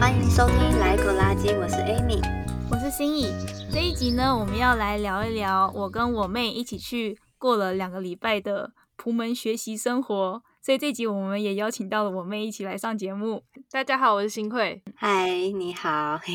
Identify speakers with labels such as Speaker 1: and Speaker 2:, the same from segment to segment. Speaker 1: 欢迎收听《来个垃圾》，我是 Amy。
Speaker 2: 我是心怡。这一集呢，我们要来聊一聊我跟我妹一起去过了两个礼拜的普门学习生活。所以这集我们也邀请到了我妹一起来上节目，
Speaker 3: 大家好，我是新慧，
Speaker 1: 嗨，你好。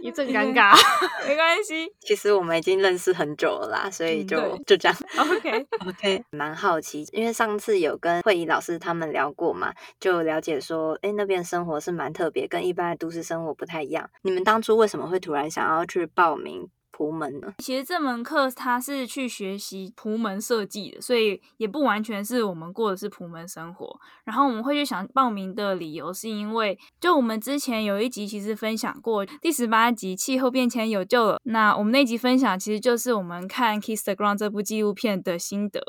Speaker 3: 一阵尴尬。
Speaker 2: 没关系。
Speaker 1: 其实我们已经认识很久了啦，所以
Speaker 3: 嗯
Speaker 1: 就、
Speaker 2: 对
Speaker 1: 就这样。
Speaker 2: OK，
Speaker 1: OK，蛮好奇，因为上次有跟慧仪老师他们聊过嘛，就了解说，哎，那边生活是蛮特别，跟一般的都市生活不太一样。你们当初为什么会突然想要去报名普门呢？
Speaker 2: 其实这门课它是去学习普门设计的，所以也不完全是我们过的是普门生活。然后我们会去想报名的理由，是因为就我们之前有一集其实分享过第十八集《气候变迁有救了》，那我们那集分享其实就是我们看《Kiss the Ground》这部纪录片的心得。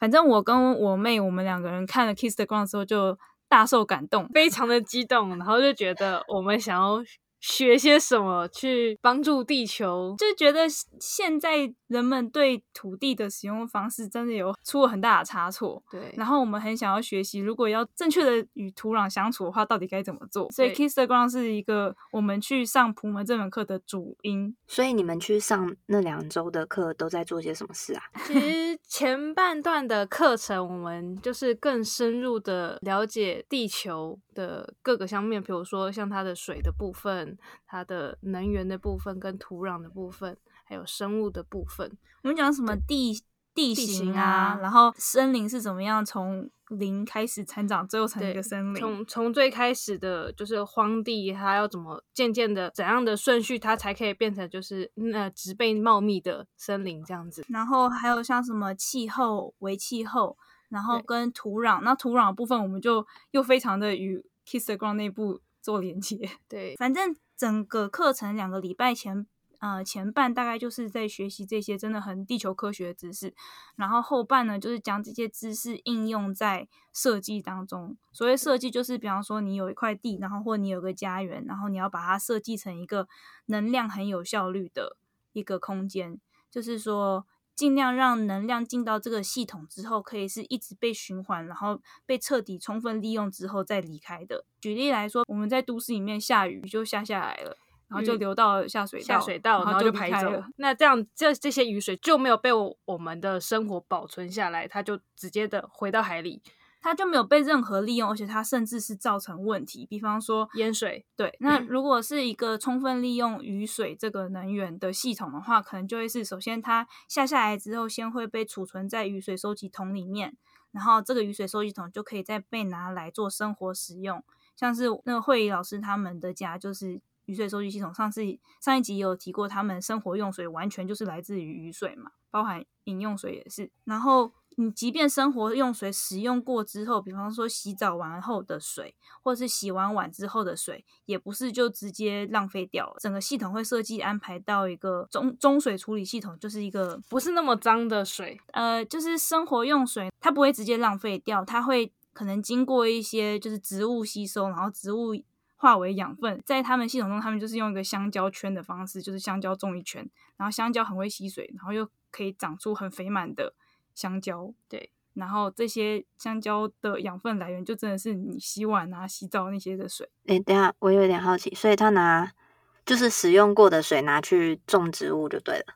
Speaker 2: 反正我跟我妹我们两个人看了《Kiss the Ground》之后就大受感动，
Speaker 3: 非常的激动，然后就觉得我们想要学些什么去帮助地球。
Speaker 2: 就觉得现在人们对土地的使用方式真的有出了很大的差错。
Speaker 3: 对
Speaker 2: 然后我们很想要学习，如果要正确的与土壤相处的话，到底该怎么做？所以
Speaker 3: 对
Speaker 2: Kiss the Ground 是一个我们去上普门这门课的主因。
Speaker 1: 所以你们去上那两周的课都在做些什么事啊？
Speaker 3: 其实前半段的课程，我们就是更深入的了解地球的各个方面，比如说像它的水的部分、它的能源的部分、跟土壤的部分，还有生物的部分。
Speaker 2: 我们讲什么地地形
Speaker 3: 形
Speaker 2: 啊，
Speaker 3: 啊
Speaker 2: 然后森林是怎么样从零开始成长，最后成一
Speaker 3: 对
Speaker 2: 个森林。
Speaker 3: 从从最开始的就是荒地，它要怎么渐渐的怎样的顺序，它才可以变成就是嗯呃植被茂密的森林这样子。
Speaker 2: 然后还有像什么气候、为气候，然后
Speaker 3: 对
Speaker 2: 跟土壤，那土壤的部分我们就又非常的与 Kiss the Ground 内部做连接。
Speaker 3: 对，
Speaker 2: 反正整个课程两个礼拜前，呃，前半大概就是在学习这些真的很地球科学的知识，然后后半呢就是将这些知识应用在设计当中。所谓设计，就是比方说你有一块地，然后或你有个家园，然后你要把它设计成一个能量很有效率的一个空间，就是说。尽量让能量进到这个系统之后，可以是一直被循环，然后被彻底充分利用之后再离开的。举例来说，我们在都市里面下雨就下下来了，然后就
Speaker 3: 嗯
Speaker 2: 流到下水道，
Speaker 3: 下水
Speaker 2: 然
Speaker 3: 道然
Speaker 2: 后
Speaker 3: 后
Speaker 2: 就
Speaker 3: 就
Speaker 2: 离
Speaker 3: 排
Speaker 2: 开
Speaker 3: 走
Speaker 2: 了。
Speaker 3: 那这样这这些雨水就没有被我我们的生活保存下来，它就直接的回到海里
Speaker 2: 它就没有被任何利用，而且它甚至是造成问题。比方说，
Speaker 3: 淹水。
Speaker 2: 对，那如果是一个充分利用雨水这个能源的系统的话，可能就会是首先它下下来之后，先会被储存在雨水收集桶里面，然后这个雨水收集桶就可以再被拿来做生活使用，像是那个慧仪老师他们的家就是。雨水收集系统，上次上一集也有提过，他们生活用水完全就是来自于雨水嘛，包含饮用水也是。然后你即便生活用水使用过之后，比方说洗澡完后的水，或是洗完碗之后的水，也不是就直接浪费掉了。整个系统会设计安排到一个中中水处理系统，就是一个
Speaker 3: 不是那么脏的水，
Speaker 2: 呃，就是生活用水，它不会直接浪费掉，它会可能经过一些就是植物吸收，然后植物化为养分，在他们系统中，他们就是用一个香蕉圈的方式，就是香蕉种一圈，然后香蕉很会吸水，然后又可以长出很肥满的香蕉，
Speaker 3: 对。
Speaker 2: 然后这些香蕉的养分来源就真的是你洗碗啊、洗澡那些的水。
Speaker 1: 哎，等一下我有点好奇，所以他拿就是使用过的水拿去种植物就对了。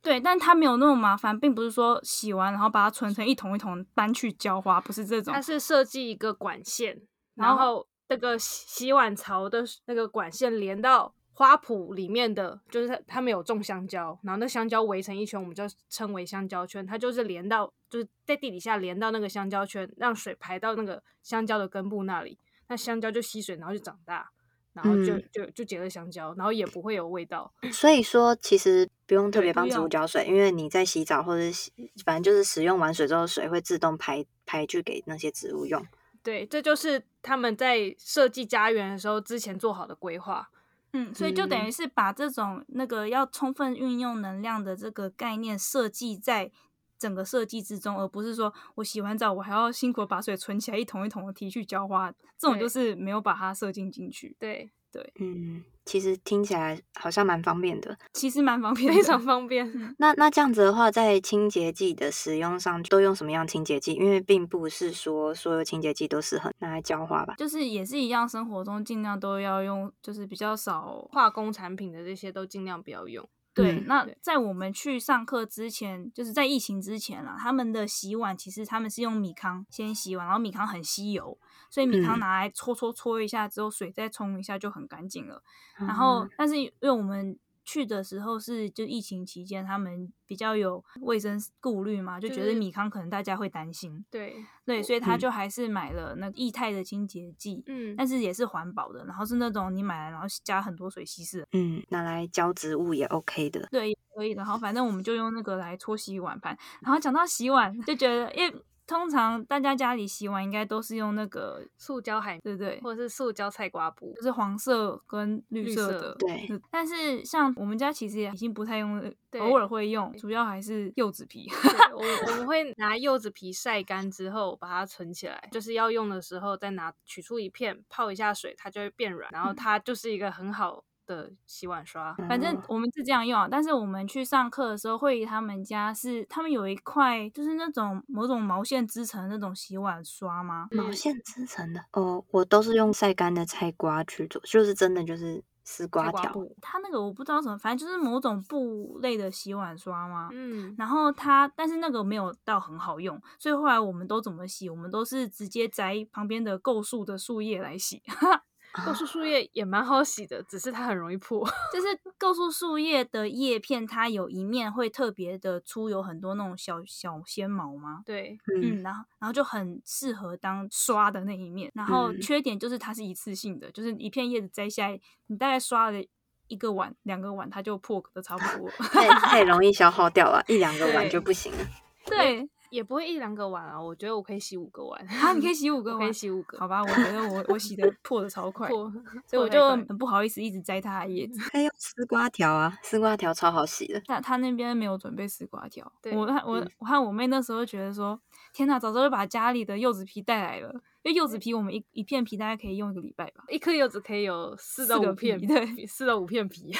Speaker 2: 对，但它没有那么麻烦，并不是说洗完然后把它存成一桶一桶搬去浇花，不是这种
Speaker 3: 它。是设计一个管线，然
Speaker 2: 然后
Speaker 3: 后那个洗洗碗槽的那个管线连到花圃里面的，就是它它们有种香蕉，然后那香蕉围成一圈，我们就称为香蕉圈，它就是连到就是在地底下连到那个香蕉圈，让水排到那个香蕉的根部那里，那香蕉就吸水，然后就长大。然后就
Speaker 1: 嗯
Speaker 3: 就就结了香蕉，然后也不会有味道。
Speaker 1: 所以说，其实不用特
Speaker 2: 对
Speaker 1: 别
Speaker 2: 不
Speaker 1: 帮植物
Speaker 2: 用
Speaker 1: 浇水，因为你在洗澡或者洗，反正就是使用完水之后，水会自动排排去给那些植物用。
Speaker 3: 对，这就是他们在设计家园的时候之前做好的规划。
Speaker 2: 嗯，所以就等于
Speaker 1: 嗯
Speaker 2: 是把这种那个要充分运用能量的这个概念设计在整个设计之中，而不是说我洗完澡我还要辛苦地把水存起来一桶一桶的提去浇花，这种就
Speaker 3: 对
Speaker 2: 是没有把它设计进去。
Speaker 3: 对，
Speaker 2: 对，
Speaker 1: 嗯，其实听起来好像蛮方便的。
Speaker 2: 其实蛮方便的，
Speaker 3: 非常方便。
Speaker 1: 那那这样子的话，在清洁剂的使用上都用什么样清洁剂？因为并不是说所有清洁剂都适合拿来浇花吧。
Speaker 2: 就是也是一样，生活中尽量都要用，就是比较少
Speaker 3: 化工产品的这些都尽量不要用。
Speaker 2: 对，
Speaker 1: 嗯
Speaker 2: 那
Speaker 3: 对
Speaker 2: 在我们去上课之前，就是在疫情之前啦，他们的洗碗其实他们是用米糠先洗碗，然后米糠很吸油，所以米糠
Speaker 1: 嗯
Speaker 2: 拿来搓搓搓一下之后，水再冲一下就很干净了。
Speaker 1: 嗯
Speaker 2: 然
Speaker 1: 哦
Speaker 2: 后，但是因为我们去的时候是就疫情期间，他们比较有卫生顾虑嘛，就觉
Speaker 3: 就
Speaker 2: 得
Speaker 3: 是
Speaker 2: 米糠可能大家会担心，
Speaker 3: 对，
Speaker 2: 对，所以他
Speaker 1: 嗯
Speaker 2: 就还是买了那个液态的清洁剂，
Speaker 3: 嗯，
Speaker 2: 但是也是环保的，然后是那种你买来然后加很多水稀释的
Speaker 1: 嗯，拿来浇植物也 OK 的。
Speaker 2: 对，也可以的。好，反正我们就用那个来搓洗碗盘。然后讲到洗碗，就觉得，因为通常大家家里洗碗应该都是用那个，
Speaker 3: 塑胶海绵
Speaker 2: 对不对？
Speaker 3: 或者是塑胶菜瓜布
Speaker 2: 就，是黄色跟绿
Speaker 3: 绿
Speaker 2: 色
Speaker 3: 色
Speaker 2: 的。
Speaker 1: 对，
Speaker 2: 嗯但是像我们家其实也已经不太用了，
Speaker 3: 对
Speaker 2: 偶尔会用，主要还是柚子皮。
Speaker 3: 对我我们会拿柚子皮晒干之后把它存起来，就是要用的时候再拿取出一片泡一下水，它就会变软，然后
Speaker 2: 嗯
Speaker 3: 它就是一个很好的洗碗刷。
Speaker 2: 反正
Speaker 1: 哦
Speaker 2: 我们是这样用啊，但是我们去上课的时候，会议他们家是他们有一块就是那种某种毛线织成的那种洗碗刷吗？
Speaker 1: 毛
Speaker 3: 嗯
Speaker 1: 线织成的哦，我都是用晒干的菜瓜去做，就是真的就是丝瓜
Speaker 3: 菜瓜
Speaker 1: 条。
Speaker 3: 布，
Speaker 2: 它那个我不知道什么，反正就是某种布类的洗碗刷吗？
Speaker 3: 嗯，
Speaker 2: 然后它，但是那个没有到很好用，所以后来我们都怎么洗？我们都是直接摘旁边的构树的树叶来洗，
Speaker 3: 构树树叶也蛮好洗的，只是它很容易破。
Speaker 2: 就是构树树叶的叶片，它有一面会特别的粗，有很多那种小小纤毛吗？
Speaker 3: 对，
Speaker 1: 嗯，
Speaker 2: 嗯，然后然后就很适合当刷的那一面，然后
Speaker 1: 嗯
Speaker 2: 缺点就是它是一次性的，就是一片叶子摘下来，你大概刷了一个碗、两个碗，它就破的差不多了。
Speaker 1: 太太容易消耗掉了，一两个碗就
Speaker 3: 对
Speaker 1: 不行了。
Speaker 2: 对，
Speaker 3: 也不会一两个碗啊，我觉得我可以洗五个碗。
Speaker 2: 啊，你可以洗五
Speaker 3: 我
Speaker 2: 个
Speaker 3: 可以
Speaker 2: 碗，
Speaker 3: 洗五个，
Speaker 2: 好吧？我觉得我我洗的破的超 快，
Speaker 3: 破，
Speaker 2: 所以我
Speaker 3: 破太
Speaker 2: 就
Speaker 3: 快
Speaker 2: 很不好意思一直摘它的叶子。
Speaker 3: 嗯
Speaker 1: 可以用丝瓜条啊，丝瓜条超好洗的。
Speaker 2: 他他那边没有准备丝瓜条，
Speaker 3: 对
Speaker 2: 我和我
Speaker 1: 嗯
Speaker 2: 我和我妹那时候觉得说，天哪，早知道就把家里的柚子皮带来了，因为柚子皮我们一一片皮大概可以用一个礼拜吧。
Speaker 3: 嗯一颗柚子可以有四到
Speaker 2: 四个
Speaker 3: 五片
Speaker 2: 皮，对，
Speaker 3: 四到五片皮，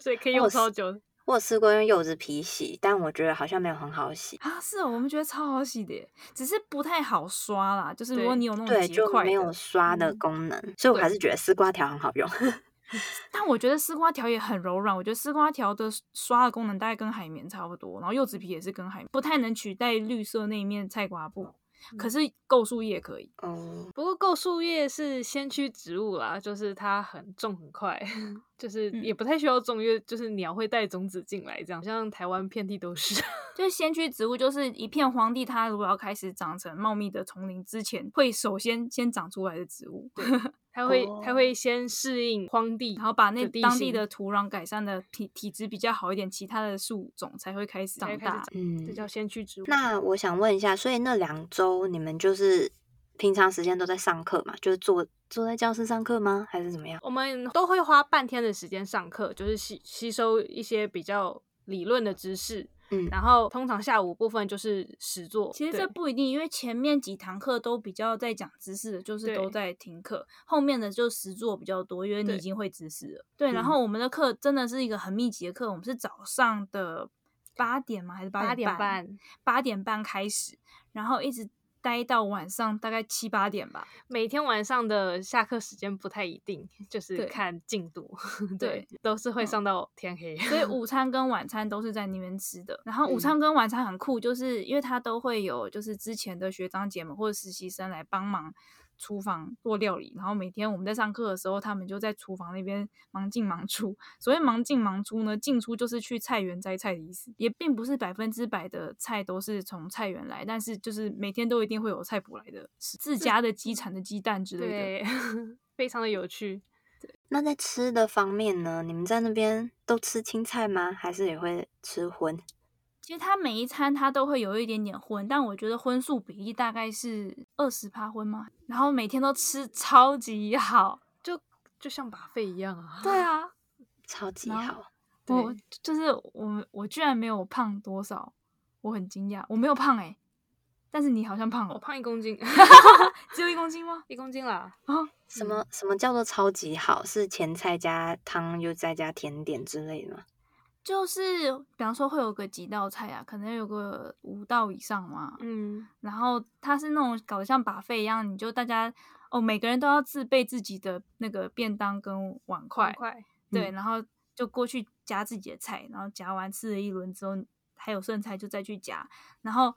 Speaker 3: 所以可以
Speaker 1: 哇
Speaker 3: 用
Speaker 1: 塞
Speaker 3: 超久。
Speaker 1: 我有试过用柚子皮洗，但我觉得好像没有很好洗，
Speaker 2: 啊，是哦，我们觉得超好洗的耶，只是不太好刷啦。就是如果
Speaker 3: 对
Speaker 2: 你有那种
Speaker 1: 对，
Speaker 2: 结
Speaker 1: 就
Speaker 2: 块
Speaker 1: 没有
Speaker 2: 的，
Speaker 1: 刷的
Speaker 2: 嗯
Speaker 1: 功能，所以我还
Speaker 3: 对
Speaker 1: 是觉得丝瓜条很好 用。
Speaker 2: 但我觉得丝瓜条也很柔软。我觉得丝瓜条的刷的功能大概跟海绵差不多，然后柚子皮也是跟海绵，不太能取代绿色那一面菜瓜布，
Speaker 3: 嗯
Speaker 2: 可是构树叶可以。
Speaker 1: 哦，
Speaker 3: 不过构树叶是先驱植物啦，就是它很重很快，就是
Speaker 2: 嗯
Speaker 3: 也不太需要种，因为就是鸟会带种子进来，这样像台湾遍地都是。
Speaker 2: 就是先驱植物，就是一片荒地，它如果要开始长成茂密的丛林之前，会首先先长出来的植物，
Speaker 3: 它会它
Speaker 1: 哦
Speaker 3: 会先适应荒地，
Speaker 2: 然后把那
Speaker 3: 的地
Speaker 2: 当地
Speaker 3: 形
Speaker 2: 的土壤改善的体体质比较好一点，其他的树种才会开始长
Speaker 3: 才会开始
Speaker 2: 大
Speaker 3: 长。这
Speaker 1: 嗯，
Speaker 3: 叫先驱植物。
Speaker 1: 那我想问一下，所以那两周你们就是平常时间都在上课嘛？就是坐坐在教室上课吗？还是怎么样？
Speaker 3: 我们都会花半天的时间上课，就是吸吸收一些比较理论的知识，
Speaker 1: 嗯
Speaker 3: 然后通常下午部分就是实作。
Speaker 2: 其实这
Speaker 3: 对
Speaker 2: 不一定，因为前面几堂课都比较在讲知识的，就是都
Speaker 3: 对
Speaker 2: 在听课，后面的就实做比较多，因为你
Speaker 3: 对
Speaker 2: 已经会知识了。对，然
Speaker 1: 嗯
Speaker 2: 后我们的课真的是一个很密集的课，我们是早上的八点吗？还是
Speaker 3: 八
Speaker 2: 点
Speaker 3: 点半，
Speaker 2: 八点半开始，然后一直待到晚上大概七八点吧。
Speaker 3: 每天晚上的下课时间不太一定，就是
Speaker 2: 对
Speaker 3: 看进度，
Speaker 2: 对，
Speaker 3: 都是会
Speaker 2: 嗯
Speaker 3: 上到天黑。
Speaker 2: 所以午餐跟晚餐都是在那边吃的。然后午
Speaker 3: 嗯
Speaker 2: 餐跟晚餐很酷，就是因为它都会有就是之前的学长姐们或者实习生来帮忙厨房做料理。然后每天我们在上课的时候，他们就在厨房那边忙进忙出。所谓忙进忙出呢，进出就是去菜园摘菜的意思，也并不是百分之百的菜都是从菜园来，但是就是每天都一定会有菜谱来的，自家的鸡产的鸡蛋之类的。
Speaker 3: 对， 非常的有趣。
Speaker 1: 那在吃的方面呢？你们在那边都吃青菜吗？还是也会吃荤？
Speaker 2: 其实它每一餐它都会有一点点荤，但我觉得荤素比例大概是二十趴荤嘛，然后每天都吃超级好。
Speaker 3: 就就像把费一样啊。
Speaker 2: 对啊，
Speaker 1: 超级
Speaker 2: 然后
Speaker 1: 好，
Speaker 2: 我
Speaker 3: 对
Speaker 2: 就是我，我居然没有胖多少，我很惊讶，我没有胖哎、但是你好像胖
Speaker 3: 我
Speaker 2: 了，
Speaker 3: 胖一公斤，
Speaker 2: 只有一公斤吗？
Speaker 3: 一公斤啦。
Speaker 1: 什么什么叫做超级好？是前菜加汤，又再加甜点之类的吗？
Speaker 2: 就是比方说会有个几道菜啊，可能有个五道以上嘛，
Speaker 3: 嗯，
Speaker 2: 然后它是那种搞得像把费一样，你就大家哦，每个人都要自备自己的那个便当跟碗筷，
Speaker 3: 快，
Speaker 2: 对，然后就过去夹自己的菜，然后夹完吃了一轮之后，还有剩菜就再去夹，然后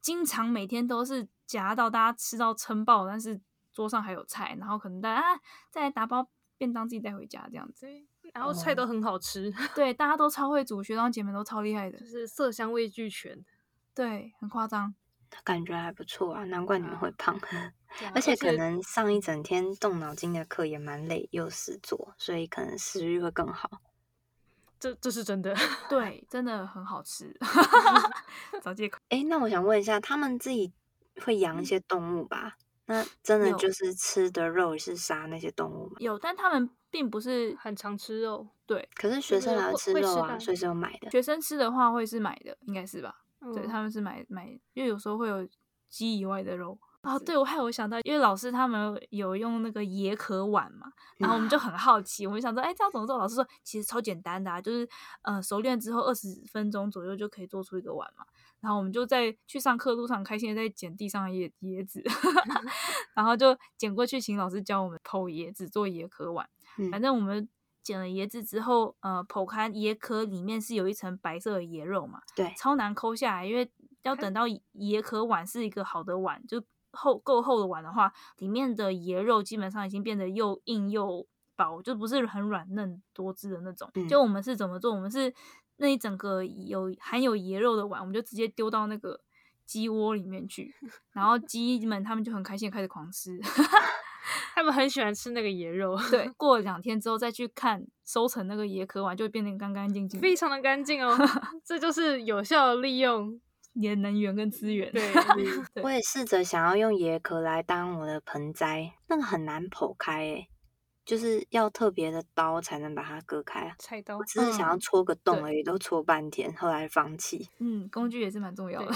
Speaker 2: 经常每天都是夹到大家吃到撑爆，但是桌上还有菜，然后可能大家、啊、再来打包便当自己带回家这样子。
Speaker 3: 对，然后菜都很好吃，
Speaker 2: 对，大家都超会煮，学长姐妹都超厉害的
Speaker 3: 就，是色香味俱全，
Speaker 2: 对，很夸张。
Speaker 1: 感觉还不错啊，难怪你们会胖。
Speaker 3: 对啊
Speaker 1: 而且可能上一整天动脑筋的课也蛮累，又实做，所以可能食欲会更好。
Speaker 3: 这这是 真的，
Speaker 2: 对，真的很好 吃。找借口。
Speaker 1: 诶，那我想问一下，他们自己会养一些动物吧？那真的
Speaker 2: 有
Speaker 1: 就是吃的肉是杀那些动物吗？
Speaker 2: 有，但他们并不是
Speaker 3: 很常吃肉。
Speaker 2: 对
Speaker 1: 可是学
Speaker 3: 就是
Speaker 1: 生哪
Speaker 3: 会
Speaker 1: 会吃
Speaker 3: 会吃
Speaker 1: 肉啊，
Speaker 3: 饭
Speaker 1: 所以是有买的。
Speaker 2: 学生吃的话会是买的，应该是吧？对，
Speaker 3: 嗯
Speaker 2: 他们是买买，因为有时候会有鸡以外的肉。啊，对，我还有想到，因为老师他们有用那个椰壳碗嘛，然 哦后我们就很好奇，我们想说，哎，这样怎么做？老师说，其实超简单的啊，就是呃，熟练之后二十分钟左右就可以做出一个碗嘛。然后我们就在去上课路上，开心的在捡地上的椰椰子， 然后就捡过去，请老师教我们剖椰子做椰壳碗。
Speaker 1: 嗯
Speaker 2: 反正我们捡了椰子之后，呃，剖开椰壳里面是有一层白色的椰肉嘛，
Speaker 1: 对
Speaker 2: 超难抠下来，因为要等到椰壳碗是一个好的碗，就厚够厚的碗的话，里面的椰肉基本上已经变得又硬又薄，就不是很软嫩多汁的那种。
Speaker 1: 嗯
Speaker 2: 就我们是怎么做？我们是那一整个有含有椰肉的碗，我们就直接丢到那个鸡窝里 面去，然后鸡们他们就很开心地开始狂吃。
Speaker 3: 他们很喜欢吃那个椰 肉，
Speaker 2: 对， 过了两天之后再去看收成那个椰壳碗，就会变得干干净净的，
Speaker 3: 非常的干净 哦，这就是有效的利用。
Speaker 2: 你的能源跟资源。
Speaker 3: 对，
Speaker 2: 对
Speaker 1: 我也试着想要用椰壳来当我的盆栽，那个很难剖开诶、就是要特别的刀才能把它割开啊。
Speaker 3: 菜刀
Speaker 1: 我只是想要
Speaker 2: 嗯
Speaker 1: 戳个洞
Speaker 2: 对
Speaker 1: 而已，都戳半天，后来放弃。
Speaker 2: 嗯，工具也是蛮重要的。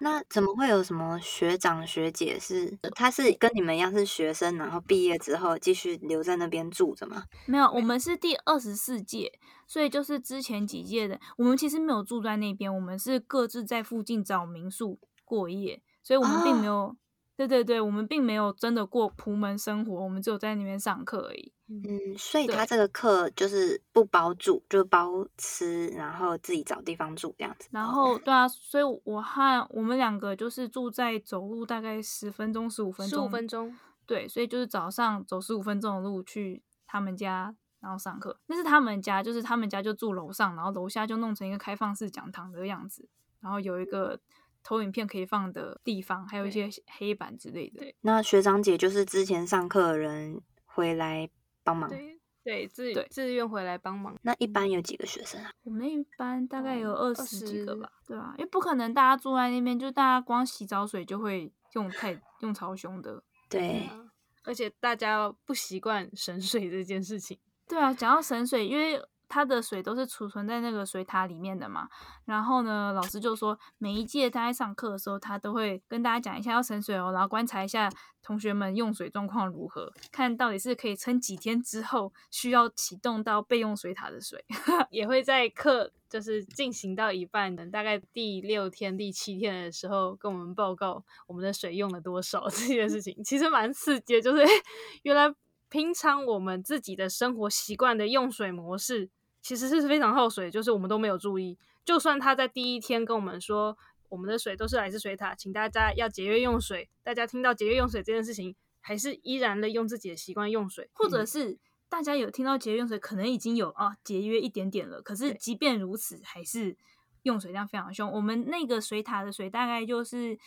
Speaker 1: 那怎么会有什么学长学姐是？他是跟你们一样是学生，然后毕业之后继续留在那边住着吗？
Speaker 2: 没有，我们是第二十四届，所以就是之前几届的，我们其实没有住在那边，我们是各自在附近找民宿过夜，所以我们并没有，对对对，我们并没有真的过普门生活，我们只有在那边上课而已。
Speaker 1: 嗯，所以
Speaker 2: 对
Speaker 1: 他这个课就是不包住，就包吃，然后自己找地方住这样子。
Speaker 2: 然后对啊，所以我和我们两个就是住在走路大概十分钟、十五分
Speaker 3: 十
Speaker 2: 钟、嗯
Speaker 3: 五分钟，
Speaker 2: 对，所以就是早上走十五分钟的路去他们家，然后上课。那是他们家，就是他们家就住楼上，然后楼下就弄成一个开放式讲堂的样子，然后有一个投影片可以放的地方，还有一些
Speaker 3: 对
Speaker 2: 黑板之类的。
Speaker 3: 对
Speaker 1: 那学长姐就是之前上课的人回来帮忙。
Speaker 3: 对对，自
Speaker 2: 对
Speaker 3: 自愿回来帮忙，
Speaker 1: 那一般有几个学生啊？
Speaker 2: 我们那一班大概有
Speaker 3: 嗯
Speaker 2: 哦二十几个
Speaker 3: 20
Speaker 2: 吧，对啊，因为不可能大家住在那边，就大家光洗澡水就会用太用超凶的。
Speaker 3: 嗯
Speaker 1: 对，
Speaker 3: 啊而且大家不习惯省水这件事情，
Speaker 2: 对啊，讲到省水，因为它的水都是储存在那个水塔里面的嘛。然后呢，老师就说，每一届他在上课的时候，他都会跟大家讲一下要省水哦，然后观察一下同学们用水状况如何，看到底是可以撑几天之后需要启动到备用水塔的水。
Speaker 3: 也会在课就是进行到一半，大概第六天、第七天的时候，跟我们报告我们的水用了多少 这件事情，其实蛮刺激的，就是 原来平常我们自己的生活习惯的用水模式，其实是非常耗水，就是我们都没有注意。就算他在第一天跟我们说我们的水都是来自水塔，请大家要节约用水，大家听到节约用水这件事情，还是依然的用自己的习惯用水。
Speaker 2: 或者是大家有听到节约用水，可能已经有啊节约一点点了，可是
Speaker 3: 对
Speaker 2: 即便如此，还是用水量非常凶。我们那个水塔的水大概就是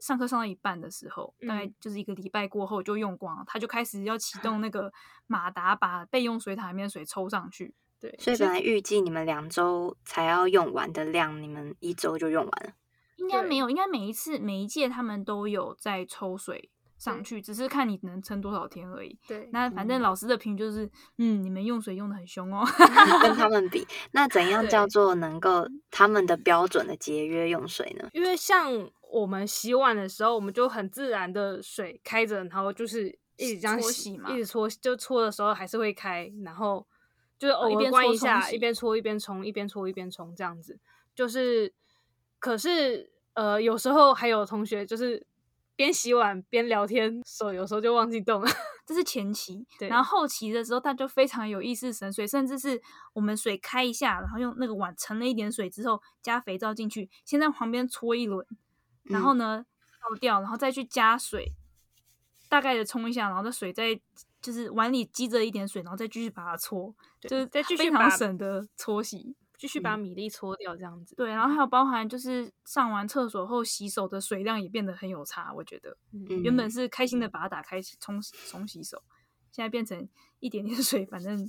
Speaker 2: 上课上到一半的时候，大概
Speaker 3: 嗯啊
Speaker 2: 就是一个礼拜过后就用光了，它就开始要启动那个马达，把备用水塔里面的水抽上去。
Speaker 3: 对，
Speaker 1: 所以本来预计你们两周才要用完的量，你们一周就用 完了。
Speaker 2: 应该没
Speaker 3: 对
Speaker 2: 有，应该每一次每一届他们都有在抽水上
Speaker 3: 对
Speaker 2: 去，只是看你能撑多少天而已。
Speaker 3: 对
Speaker 2: 那反正
Speaker 1: 嗯
Speaker 2: 老师的评就是，嗯，你们用水用的很凶哦。
Speaker 1: 跟他们比，那怎样叫
Speaker 3: 对
Speaker 1: 做能够他们的标准的节约用水呢？
Speaker 3: 因为像我们洗碗的时候，我们就很自然的水开着，然后就是一直这样
Speaker 2: 搓洗嘛
Speaker 3: 一直搓，就搓的时候还是会开，然后就是
Speaker 2: 一
Speaker 3: 偶尔
Speaker 2: 边
Speaker 3: 关
Speaker 2: 搓
Speaker 3: 哦一
Speaker 2: 冲
Speaker 3: 下，
Speaker 2: 洗
Speaker 3: 一边搓一边冲，一边搓一边冲这样子。就是，可是呃，有时候还有同学就是边洗碗边聊天，手有时候就忘记动了。
Speaker 2: 这是前期，
Speaker 3: 对
Speaker 2: 然后后期的时候，他就非常有意识神水，甚至是我们水开一下，然后用那个碗盛了一点水之后，加肥皂进去，先在旁边搓一轮，
Speaker 1: 嗯
Speaker 2: 然
Speaker 3: 嗯
Speaker 2: 后呢倒掉，然后再去加水，大概的冲一下，然后那水再就是碗里积着一点水，然后再继续把它搓，
Speaker 3: 对
Speaker 2: 就是
Speaker 3: 再继
Speaker 2: 非
Speaker 3: 续
Speaker 2: 常
Speaker 3: 把
Speaker 2: 省的搓洗。
Speaker 3: 继续把米粒搓掉，这样子。
Speaker 2: 对，然后还有包含就是上完厕所后洗手的水量也变得很有差，我觉得。
Speaker 1: 嗯
Speaker 2: 原本是开心的把它打开洗冲洗冲洗手，现在变成一点 点水，反正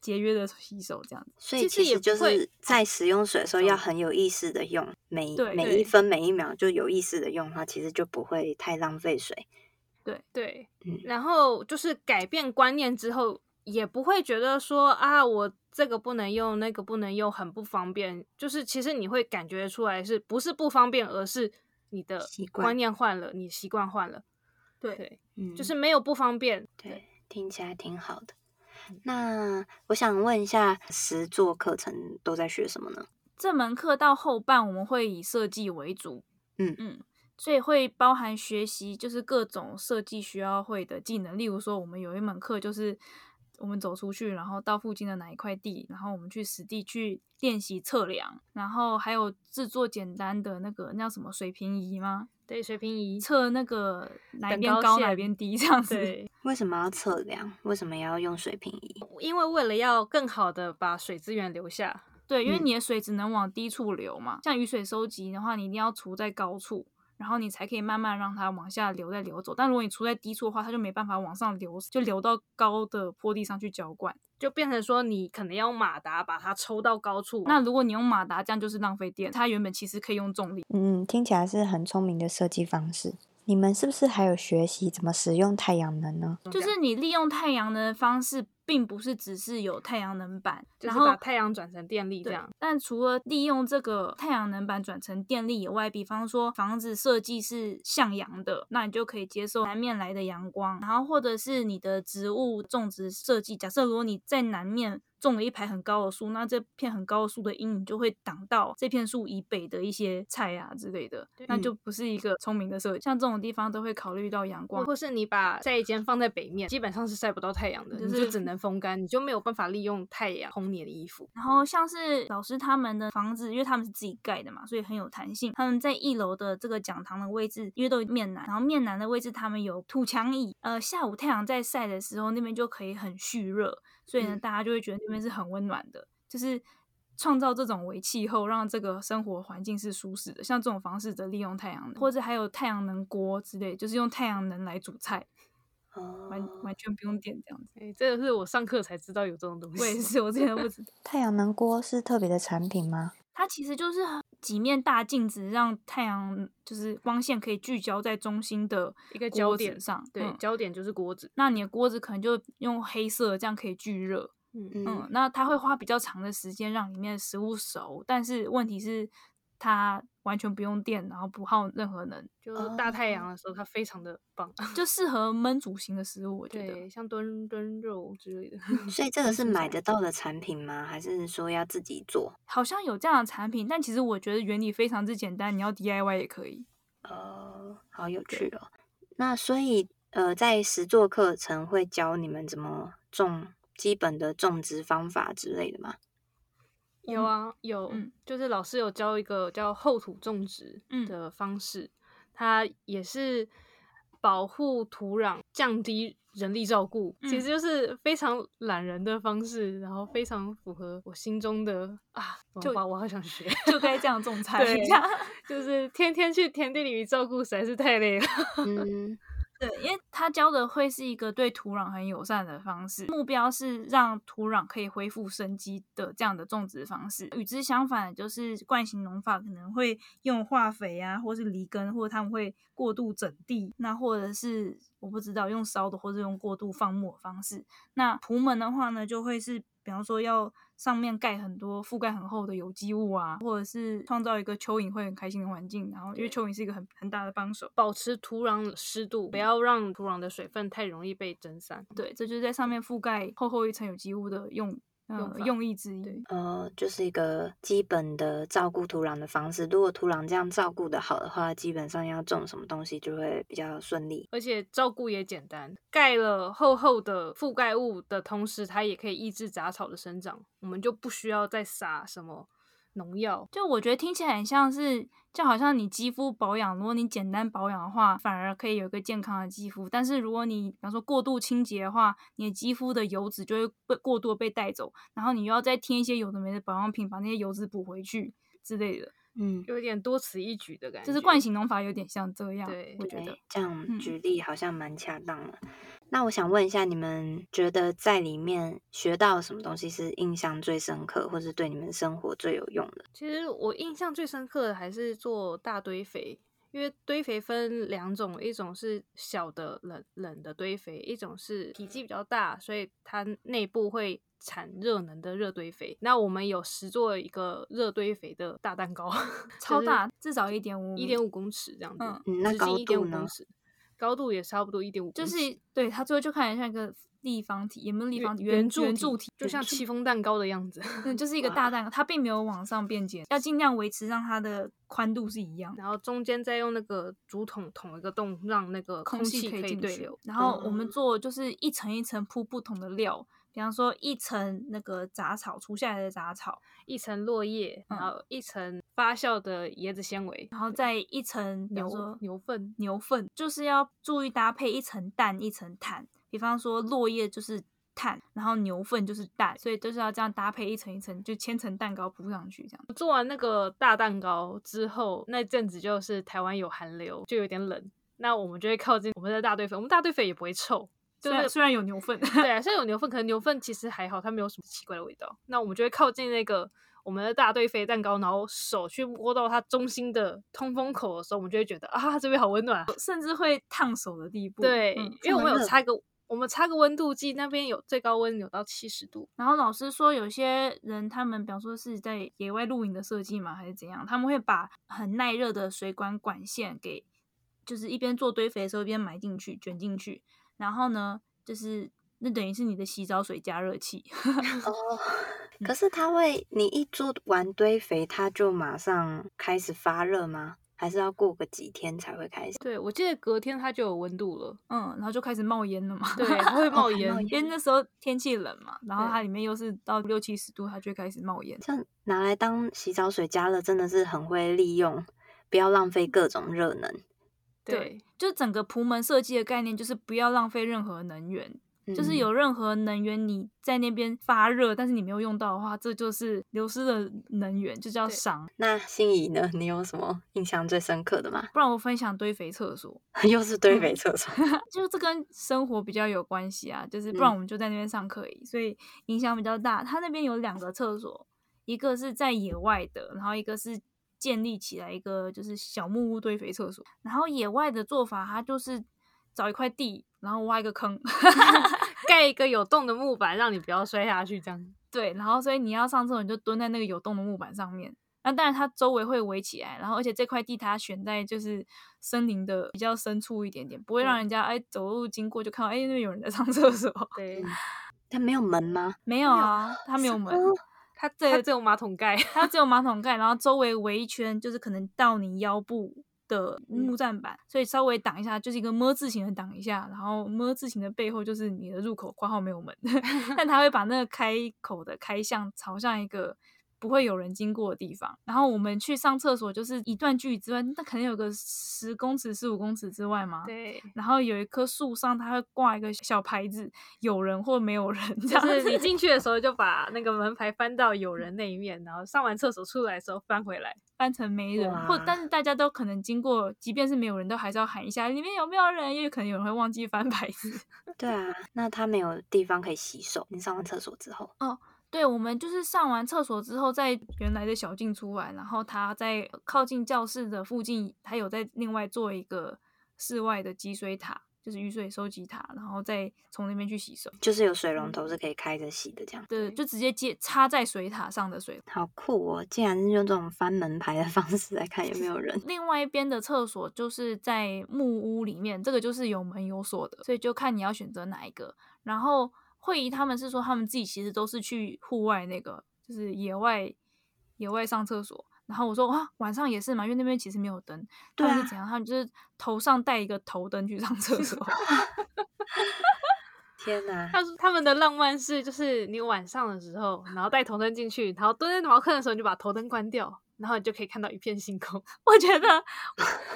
Speaker 2: 节约的洗手这样子。
Speaker 1: 所以
Speaker 3: 其
Speaker 1: 其
Speaker 3: 实也
Speaker 1: 实就
Speaker 3: 不会嗯
Speaker 1: 是在使用水的时候
Speaker 3: 走
Speaker 1: 要很有意识的用，每
Speaker 2: 对
Speaker 1: 每
Speaker 2: 对
Speaker 1: 一分每一秒就有意识的用它，其实就不会太浪费水。
Speaker 3: 对
Speaker 1: 嗯，
Speaker 3: 然后就是改变观念之后，也不会觉得说啊，我这个不能用，那个不能用，很不方便。就是其实你会感觉出来，是不是不方便，而是你的
Speaker 1: 习惯
Speaker 3: 观念换了，你习惯换了，对
Speaker 1: 嗯，
Speaker 3: 就是没有不方便。
Speaker 1: 对，听起来挺好的。
Speaker 3: 嗯
Speaker 1: 那我想问一下，实作课程都在学什么呢？
Speaker 2: 这门课到后半我们会以设计为主，
Speaker 1: 嗯
Speaker 2: 嗯，所以会包含学习就是各种设计需要会的技能，例如说我们有一门课就是。我们走出去，然后到附近的哪一块地，然后我们去实地去练习测量，然后还有制作简单的那个那叫什么水平仪吗？
Speaker 3: 对，水平仪，
Speaker 2: 测那个哪一
Speaker 3: 等
Speaker 2: 边
Speaker 3: 高
Speaker 2: 高哪
Speaker 3: 线
Speaker 2: 边低这样子。
Speaker 3: 对，
Speaker 1: 为什么要测量？为什么要用水平仪？
Speaker 3: 因为为了要更好的把水资源留下，
Speaker 2: 对，因为
Speaker 1: 嗯
Speaker 2: 你的水只能往低处流嘛。像雨水收集的话，你一定要储在高处，然后你才可以慢慢让它往下流，再流走。但如果你储在低处的话，它就没办法往上流，就流到高的坡地上去浇灌。
Speaker 3: 就变成说你可能要用马达把它抽到高处。
Speaker 2: 那如果你用马达，这样就是浪费电。它原本其实可以用重力。
Speaker 4: 嗯，听起来是很聪明的设计方式。你们是不是还有学习怎么使用太阳能呢？
Speaker 2: 就是你利用太阳能的方式，并不是只是有太阳能板，
Speaker 3: 就是
Speaker 2: 然后
Speaker 3: 把太阳转成电力这
Speaker 2: 对
Speaker 3: 样，
Speaker 2: 但除了利用这个太阳能板转成电力以外，比方说房子设计是向阳的，那你就可以接受南面来的阳光，然后或者是你的植物种植设计，假设如果你在南面。种了一排很高的树，那这片很高的树的阴影就会挡到这片树以北的一些菜啊之类的，那就不是一个聪明的设计。像这种地方都会考虑到阳光
Speaker 3: 或，或是你把晒衣间放在北面，基本上是晒不到太阳的，
Speaker 2: 就
Speaker 3: 你
Speaker 2: 是
Speaker 3: 就只能风干，你就没有办法利用太阳烘你的衣服。
Speaker 2: 然后像是老师他们的房子，因为他们是自己盖的嘛，所以很有弹性。他们在一楼的这个讲堂的位置，因为都面南，然后面南的位置他们有土墙椅，呃，下午太阳在晒的时候，那边就可以很蓄热，所以呢，
Speaker 1: 嗯
Speaker 2: 大家就会觉得那边是很温暖的，就是。创造这种为气候，让这个生活环境是舒适的，像这种方式的利用太阳能，或者还有太阳能锅之类，就是用太阳能来煮菜，完
Speaker 1: 哦，
Speaker 2: 完全不用电 这样子。
Speaker 3: 哎、这个是我上课才知道有这种东
Speaker 2: 我也
Speaker 3: 西。
Speaker 2: 是，我之前都不知道。
Speaker 4: 太阳能锅是特别的产品吗？
Speaker 2: 它其实就是几面大镜子，让太阳就是光线可以聚焦在中心的
Speaker 3: 一个
Speaker 2: 锅
Speaker 3: 焦
Speaker 2: 子
Speaker 3: 点
Speaker 2: 上。
Speaker 3: 对，
Speaker 2: 嗯
Speaker 3: 焦点就是锅子。
Speaker 2: 那你的锅子可能就用黑色，这样可以聚热。
Speaker 3: 嗯，
Speaker 2: 嗯
Speaker 1: 嗯，，
Speaker 2: 那它会花比较长的时间让里面的食物熟，但是问题是它完全不用电，然后不耗任何 能，
Speaker 3: 就是大太阳的时候，它非常的棒。
Speaker 2: 就适合焖煮型的食物。我觉得
Speaker 3: 对，像炖炖肉之类的。
Speaker 1: 所以这个是
Speaker 3: 蔬
Speaker 1: 买
Speaker 3: 菜
Speaker 1: 得到的产品吗？还是说要自己做？
Speaker 2: 好像有这样的产品，但其实我觉得原理非常之简单，你要 DIY 也可以。
Speaker 1: 哦，好有趣哦。那所以呃，在实作课程会教你们怎么种基本的种植方法之类的吗？
Speaker 3: 有啊，有，
Speaker 2: 嗯
Speaker 3: 就是老师有教一个叫厚土种植
Speaker 2: 嗯
Speaker 3: 的方式，它也是保护土壤、降低人力照顾，
Speaker 2: 嗯
Speaker 3: 其实就是非常懒人的方式，然后非常符合我心中的啊，
Speaker 2: 就
Speaker 3: 就我好想 学，
Speaker 2: 就该这样种菜，
Speaker 3: 对
Speaker 2: 这样。
Speaker 3: 就是天天去田地里照顾实在是太累了。
Speaker 1: 嗯，
Speaker 2: 对，因为它教的会是一个对土壤很友善的方式，目标是让土壤可以恢复生机的这样的种植方式。与之相反，就是惯性农法可能会用化肥啊，或是犁耕，或者他们会过度整地，那或者是我不知道用烧的，或者用过度放牧的方式。那仆们的话呢，就会是比方说要上面盖很多覆盖很厚的有机物啊，或者是创造一个蚯蚓会很开心的环境。然后因为蚯蚓是一个很很大的帮手，
Speaker 3: 保持土壤湿度，不要让土壤的水分太容易被蒸散。
Speaker 2: 对，这就是在上面覆盖厚厚一层有机物的用
Speaker 3: 用
Speaker 2: 呃
Speaker 3: 法
Speaker 2: 用意之一。
Speaker 3: 对
Speaker 1: 呃，就是一个基本的照顾土壤的方式。如果土壤这样照顾的好的话，基本上要种什么东西就会比较顺利。
Speaker 3: 而且照顾也简单，盖了厚厚的覆盖物的同时，它也可以抑制杂草的生长，我们就不需要再撒什么农药。
Speaker 2: 就我觉得听起来很像是，就好像你肌肤保养，如果你简单保养的话，反而可以有一个健康的肌肤。但是如果你比方说过度清洁的话，你的肌肤的油脂就会被过度地被带走，然后你又要再添一些有的没的保养品，把那些油脂补回去之类的，
Speaker 1: 嗯，
Speaker 3: 有一点多此一举的感觉，
Speaker 2: 就是惯性农法有点像这样。
Speaker 3: 对
Speaker 2: 我觉
Speaker 1: 对
Speaker 2: 得。
Speaker 1: 这样
Speaker 2: 嗯
Speaker 1: 举例好像蛮恰当的。那我想问一下，你们觉得在里面学到什么东西是印象最深刻，或是对你们生活最有用的？
Speaker 2: 嗯
Speaker 3: 其实我印象最深刻的还是做大堆肥，因为堆肥分两种，一种是小的冷冷的堆肥，一种是体积比较大，所以它内部会产热能的热堆肥。那我们有实做一个热堆肥的大蛋糕，
Speaker 2: 超大至少1.5
Speaker 3: 一点五公尺这样子，
Speaker 2: 嗯
Speaker 1: 嗯那
Speaker 3: 直
Speaker 1: 高
Speaker 3: 径一点
Speaker 1: 度
Speaker 3: 五
Speaker 1: 呢
Speaker 3: 公尺，高度也差不多一点五，
Speaker 2: 就是对它最后就看起来像一个立方体，也没有立方体，
Speaker 3: 圆
Speaker 2: 柱圆
Speaker 3: 柱
Speaker 2: 体，
Speaker 3: 就像戚风蛋糕的样子。
Speaker 2: 嗯，就是一个大蛋糕，它并没有往上变尖，要尽量维持让它的宽度是一样的。
Speaker 3: 然后中间再用那个竹筒捅一个洞，让那个
Speaker 2: 空
Speaker 3: 气
Speaker 2: 气可
Speaker 3: 可
Speaker 2: 以嗯
Speaker 3: 以
Speaker 2: 进
Speaker 3: 对
Speaker 2: 去
Speaker 3: 流。。
Speaker 2: 然后我们做就是一层一层铺不同的料，比方说一层那个杂草除下来的杂草，
Speaker 3: 一层落叶，
Speaker 2: 嗯
Speaker 3: 然后一层发酵的椰子纤维，
Speaker 2: 然后再一层比方
Speaker 3: 牛
Speaker 2: 说
Speaker 3: 牛粪，
Speaker 2: 牛粪，就是要注意搭配一层氮一层碳。比方说落叶就是碳，然后牛粪就是氮，所以就是要这样搭配一层一层，就千层蛋糕铺上去这样。
Speaker 3: 做完那个大蛋糕之后，那阵子就是台湾有寒流，就有点冷，那我们就会靠近我们的大堆肥，我们大堆肥也不会臭，
Speaker 2: 虽
Speaker 3: 就
Speaker 2: 然
Speaker 3: 是
Speaker 2: 啊虽然有牛粪，
Speaker 3: 对啊，虽然有牛粪，可能牛粪其实还好，它没有什么奇怪的味道。那我们就会靠近那个我们的大堆肥蛋糕，然后手去摸到它中心的通风口的时候，我们就会觉得啊，这边好温暖啊，
Speaker 2: 甚至会烫手的地步。
Speaker 3: 对，
Speaker 2: 嗯
Speaker 3: 因为我们
Speaker 1: 真
Speaker 3: 有
Speaker 1: 的
Speaker 3: 插一个，我们插个温度计，那边有最高温有到七十度，
Speaker 2: 然后老师说，有些人他们，比方说是在野外露营的设计嘛，还是怎样，他们会把很耐热的水管管线给，就是一边做堆肥的时候一边埋进去、卷进去，然后呢，就是那等于是你的洗澡水加热器，
Speaker 1: 哦，可是它会，你一做完堆肥，它就马上开始发热吗？还是要过个几天才会开始？
Speaker 3: 对我记得隔天它就有温度了，
Speaker 2: 嗯，然后就开始冒烟了嘛。
Speaker 3: 对，它会
Speaker 1: 还
Speaker 3: 冒
Speaker 1: 冒
Speaker 3: 烟，
Speaker 1: 烟
Speaker 2: 因为那时候天气冷嘛，然后
Speaker 3: 对
Speaker 2: 它里面又是到六七十度，它就会开始冒烟。
Speaker 1: 这样拿来当洗澡水加热，真的是很会利用，不要浪费各种热能。
Speaker 3: 对，
Speaker 2: 就整个蒲门设计的概念就是不要浪费任何能源，就是
Speaker 1: 嗯
Speaker 2: 有任何能源你在那边发热，但是你没有用到的话，这就是流失的能源，就叫
Speaker 3: 对
Speaker 2: 伤。
Speaker 1: 那心仪呢？你有什么印象最深刻的吗？
Speaker 2: 不然我分享堆肥厕所，
Speaker 1: 又是
Speaker 2: 嗯
Speaker 1: 堆肥厕所，
Speaker 2: 就是这跟生活比较有关系啊，就是不然我们就在那边上课而已，所以影响比较大。它那边有两个厕所，一个是在野外的，然后一个是建立起来一个就是小木屋堆肥厕所。然后野外的做法，它就是找一块地，然后挖一个坑。
Speaker 3: 盖一个有洞的木板，让你不要摔下去，这样。
Speaker 2: 对，然后所以你要上厕所，你就蹲在那个有洞的木板上面。那当然，它周围会围起来，然后而且这块地它选在就是森林的比较深处一点点，不会让人家哎走路经过就看到哎那边有人在上厕所。
Speaker 3: 对，
Speaker 1: 它没有门吗？
Speaker 2: 没有啊，它没有门，
Speaker 1: 哦
Speaker 3: 它它
Speaker 2: 对
Speaker 3: 只有马桶盖，
Speaker 2: 它只有马桶盖，然后周围围一圈，就是可能到你腰部的
Speaker 3: 嗯
Speaker 2: 木栈板，所以稍微挡一下，就是一个么字形的挡一下，然后么字形的背后就是你的入口，括号没有门， 但它会把那个开口的开向朝向一个。不会有人经过的地方，然后我们去上厕所就是一段距离之外，那可能有个十公尺、十五公尺之外嘛。
Speaker 3: 对，
Speaker 2: 然后有一棵树上，它会挂一个小牌子，有人或没有人，这样
Speaker 3: 就是
Speaker 2: 子
Speaker 3: 你进去的时候就把那个门牌翻到有人那一面，然后上完厕所出来的时候翻回来。
Speaker 2: 扮成没人，或
Speaker 1: 哇
Speaker 2: 但是大家都可能经过，即便是没有人都还是要喊一下里面有没有人，因为可能有人会忘记翻牌 子。
Speaker 1: 对啊，那它没有地方可以洗手。你上完厕所之后，
Speaker 2: 对，我们就是上完厕所之后，在原来的小径出来，然后他在靠近教室的附近，还有在另外做一个室外的积水塔，就是雨水收集塔，然后再从那边去洗手。
Speaker 1: 就是有水龙头是可以开着洗的这样。
Speaker 2: 对，就直接接插在水塔上的水。。
Speaker 1: 好酷哦！竟然是用这种翻门牌的方式来看有没有人
Speaker 2: 另外一边的厕所就是在木屋里面，这个就是有门有锁的，所以就看你要选择哪一个。然后会议他们是说他们自己其实都是去户外那个，就是野外野外上厕所。然后我说哇，晚上也是嘛，因为那边其实没有灯。
Speaker 1: 对
Speaker 2: 他们
Speaker 1: 啊
Speaker 2: 是怎样？他们就是头上戴一个头灯去上厕所。
Speaker 1: 天哪！
Speaker 3: 他说他们的浪漫是，就是你晚上的时候，然后带头灯进去，然后蹲在茅坑的时候，你就把头灯关掉，然后你就可以看到一片星空。
Speaker 2: 我觉得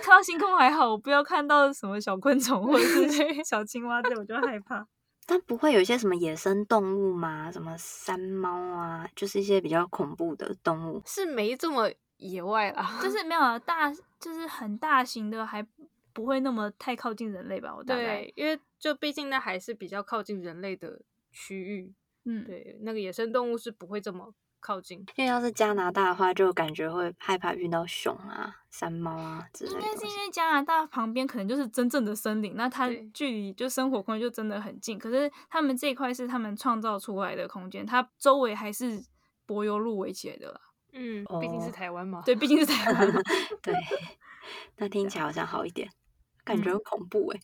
Speaker 2: 看到星空还好，我不要看到什么小昆虫或者是 小青蛙这种，我就害怕。
Speaker 1: 但不会有一些什么野生动物吗？什么山猫啊，就是一些比较恐怖的动物。
Speaker 3: 是没这么野外啦，
Speaker 2: 就是没有啊大，就是很大型的，还不会那么太靠近人类吧？我大概，
Speaker 3: 对，因为就毕竟那还是比较靠近人类的区域，
Speaker 2: 嗯，
Speaker 3: 对，那个野生动物是不会这么靠近。
Speaker 1: 因为要是加拿大的话，就感觉会害怕遇到熊啊、山猫啊之类
Speaker 2: 应
Speaker 1: 的
Speaker 2: 该是
Speaker 1: 东
Speaker 2: 因
Speaker 1: 西。
Speaker 2: 为加拿大旁边可能就是真正的森林，那它
Speaker 3: 对
Speaker 2: 距离就生活空间就真的很近。可是他们这一块是他们创造出来的空间，它周围还是柏油路围起来的啦。
Speaker 3: 嗯，毕竟是
Speaker 1: 哦
Speaker 3: 台湾嘛。
Speaker 2: 对，毕竟是台湾 嘛。
Speaker 1: 对，那听起来好像好一点，感觉
Speaker 2: 嗯
Speaker 1: 很恐怖哎、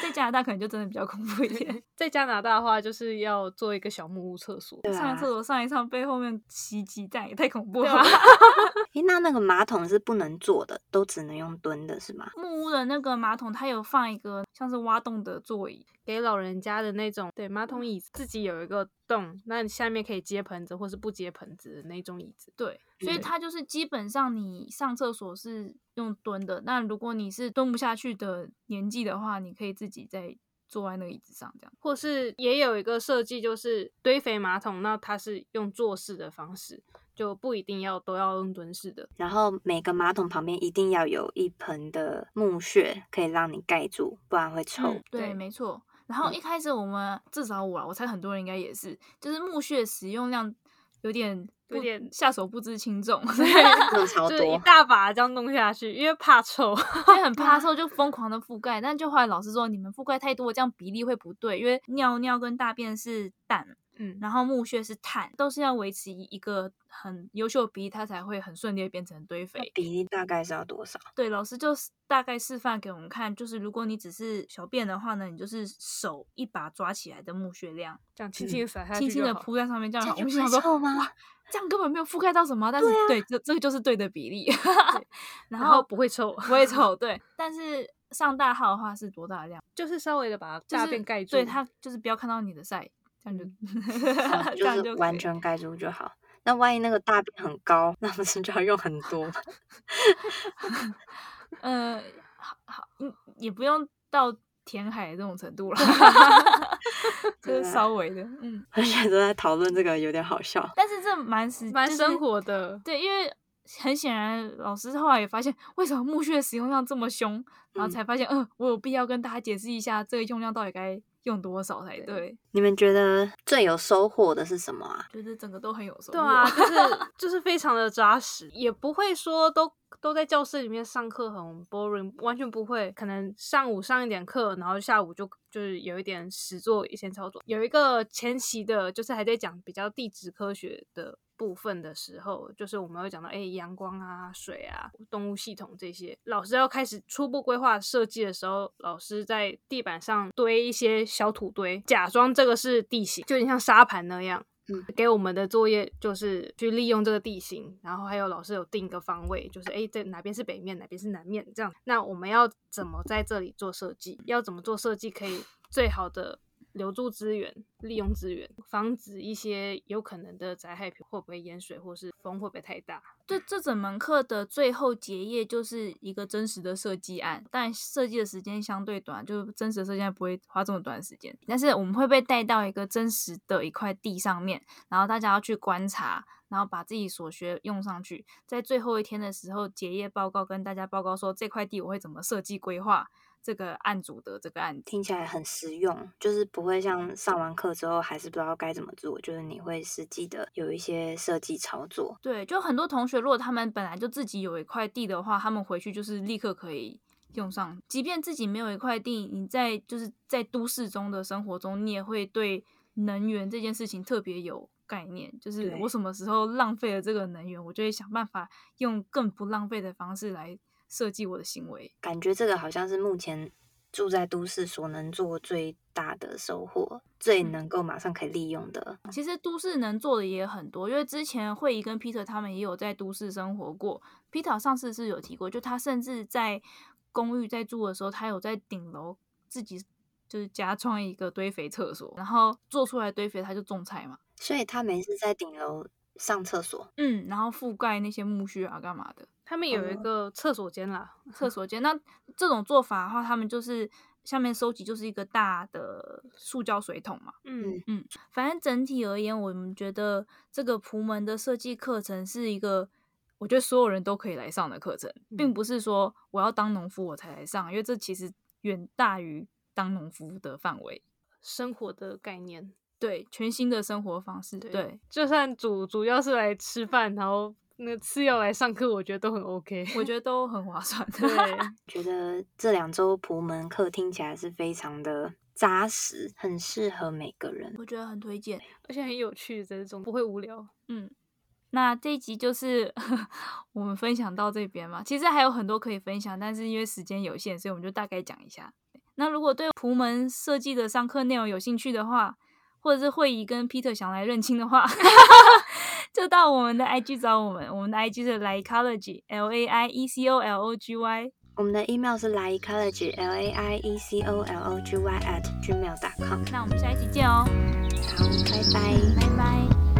Speaker 2: 在加拿大可能就真的比较恐怖一点，
Speaker 3: 在加拿大的话，就是要做一个小木屋厕所。
Speaker 1: 对
Speaker 2: 上
Speaker 1: 啊
Speaker 2: 个厕，所上一上被后面袭击，这样也太恐怖了
Speaker 3: 啊
Speaker 2: 吧。
Speaker 1: 诶，那那个马桶是不能坐的，都只能用蹲的是吗？
Speaker 2: 木屋的那个马桶，它有放一个像是挖洞的座椅，
Speaker 3: 给老人家的那种，对，马
Speaker 2: 嗯
Speaker 3: 桶椅子自己有一个洞，那你下面可以接盆子或是不接盆子的那种椅子。
Speaker 2: 对，所以
Speaker 1: 嗯
Speaker 2: 它就是基本上你上厕所是用蹲的，那如果你是蹲不下去的年纪的话，你可以自己再坐在那个椅子上这样。
Speaker 3: 或是也有一个设计，就是堆肥马桶，那它是用坐式的方式，就不一定要都要用蹲式 的。
Speaker 1: 然后每个马桶旁边一定要有一盆的木屑，可以让你盖住，不然会臭。
Speaker 3: 嗯
Speaker 2: 对，
Speaker 3: 对
Speaker 2: 没错。嗯然后一开始我们至少我啊，我猜很多人应该也是，就是木屑使用量有点不
Speaker 3: 有点
Speaker 2: 下手不知轻 重，
Speaker 1: 那种超
Speaker 3: 就是一
Speaker 1: 多，
Speaker 3: 大把这样弄下去，因为怕臭。
Speaker 2: 所以很怕臭，就疯狂的覆盖。但就后来老师说，你们覆盖太多，这样比例会不对，因为尿尿跟大便是氮，
Speaker 3: 嗯，
Speaker 2: 然后木屑是碳，都是要维持一个很优秀的比例，它才会很顺利地变成堆
Speaker 1: 那
Speaker 2: 肥。
Speaker 1: 比例大概是要多少？
Speaker 2: 对，老师就是大概示范给我们看，就是如果你只是小便的话呢，你就是手一把抓起来的木屑量，
Speaker 3: 这样轻轻的甩下去，
Speaker 2: 轻轻的。铺在上面，这样
Speaker 1: 这
Speaker 2: 好。
Speaker 1: 样
Speaker 2: 啊我
Speaker 1: 就
Speaker 2: 心 想
Speaker 1: 不会
Speaker 2: 说，
Speaker 1: 臭吗
Speaker 2: 哇，这样根本没有覆盖到什么啊，但是对,、这这个就是对的比例， 然
Speaker 3: 然后
Speaker 2: 后
Speaker 3: 不会臭
Speaker 2: 不会臭，对。但是上大号的话是多大的量？
Speaker 3: 就是稍微的把
Speaker 2: 就是
Speaker 3: 大便盖住，
Speaker 2: 对它就是不要看到你的晒，这样就、
Speaker 1: 哦
Speaker 2: 这样
Speaker 1: 是
Speaker 2: 可
Speaker 1: 完
Speaker 2: 以
Speaker 1: 全盖住就好。那万一那个大便很高，那不是就要用很多吗？
Speaker 2: 呃，好好，嗯，也不用到填海这种程 度了，就是
Speaker 1: 啊
Speaker 2: 稍微的，嗯。
Speaker 1: 我觉得在讨论这个有点好笑。
Speaker 2: 但是这蛮实，
Speaker 3: 蛮
Speaker 2: 就是
Speaker 3: 生活的
Speaker 2: 对，因为很显然，老师后来也发现为什么木屑使用量这么凶，然后
Speaker 1: 嗯
Speaker 2: 才发现，嗯、我有必要跟大家解释一下这个用量到底该用多少才对，
Speaker 1: 你们觉得最有收获的是什么啊？
Speaker 2: 觉得整个都很有收获。
Speaker 3: 对啊，就是就是非常的扎实，也不会说都都在教室里面上课很 boring，完全不会。可能上午上一点课，然后下午就就是有一点实做一些操作。有一个前期的，就是还在讲比较地质科学的部分的时候，就是我们会讲到哎阳光啊、水啊、动物系统这些。老师要开始初步规划设计的时候，老师在地板上堆一些小土堆，假装这个是地形，就有点像沙盘那样。给我们的作业就是去利用这个地形，然后还有老师有定一个方位，就是诶，这哪边是北面，哪边是南面这样。那我们要怎么在这里做设计？要怎么做设计可以最好的留住资源、利用资源，防止一些有可能的灾害，会不会淹水，或是风会不会太大？
Speaker 2: 这这整门课的最后结业就是一个真实的设计案，但设计的时间相对短，就真实的设计案不会花这么短的时间。但是我们会被带到一个真实的一块地上面，然后大家要去观察，然后把自己所学用上去。在最后一天的时候，结业报告跟大家报告说这块地我会怎么设计规划这个案组的这个案子。
Speaker 1: 听起来很实用，就是不会像上完课之后还是不知道该怎么做，就是你会实际的有一些设计操作。
Speaker 2: 对，就很多同学，如果他们本来就自己有一块地的话，他们回去就是立刻可以用上。即便自己没有一块地，你在就是在都市中的生活中，你也会对能源这件事情特别有概念。就是
Speaker 4: 对
Speaker 2: 我什么时候浪费了这个能源，我就会想办法用更不浪费的方式来设计我的行为。
Speaker 1: 感觉这个好像是目前住在都市所能做最大的收获，最
Speaker 2: 嗯
Speaker 1: 能够马上可以利用的。
Speaker 2: 其实都市能做的也很多，因为之前惠仪跟 Peter 他们也有在都市生活过。Peter 上次是有提过，就他甚至在公寓在住的时候，他有在顶楼自己就是加装一个堆肥厕所，然后做出来堆肥他就种菜嘛，
Speaker 1: 所以他每次在顶楼上厕所，
Speaker 2: 嗯，然后覆盖那些木屑啊干嘛的
Speaker 3: 他们有一个厕所间啦，
Speaker 2: 厕所间。那这种做法的话，他们就是下面收集就是一个大的塑胶水桶嘛。
Speaker 3: 嗯，
Speaker 2: 反正整体而言，我们觉得这个普门的设计课程是一个，我觉得所有人都可以来上的课程，并不是说我要当农夫我才来上，因为这其实远大于当农夫的范围。
Speaker 3: 生活的概念。
Speaker 2: 对，全新的生活方式，对，
Speaker 3: 就算主主要是来吃饭，然后那次要来上课，我觉得都很 OK。
Speaker 2: 我觉得都很划算。
Speaker 3: 对，
Speaker 1: 觉得这两周普门课听起来是非常的扎实，很适合每个人。
Speaker 2: 我觉得很推荐。
Speaker 3: 而且很有趣，这种不会无聊。
Speaker 2: 嗯那这一集就是 我们分享到这边嘛，其实还有很多可以分享，但是因为时间有限，所以我们就大概讲一下。那如果对普门设计的上课内容有兴趣的话，或者是会议跟 Peter 想来认亲的话， 就到我们的 IG 找我们，我们的 IG 是 Laiecology L A I E C O L O G Y。
Speaker 1: 我们的 email 是 laiecology l a i e c o l o g y at gmail.com。
Speaker 2: 那我们下一集见哦，
Speaker 1: 好，拜拜。
Speaker 2: 拜拜。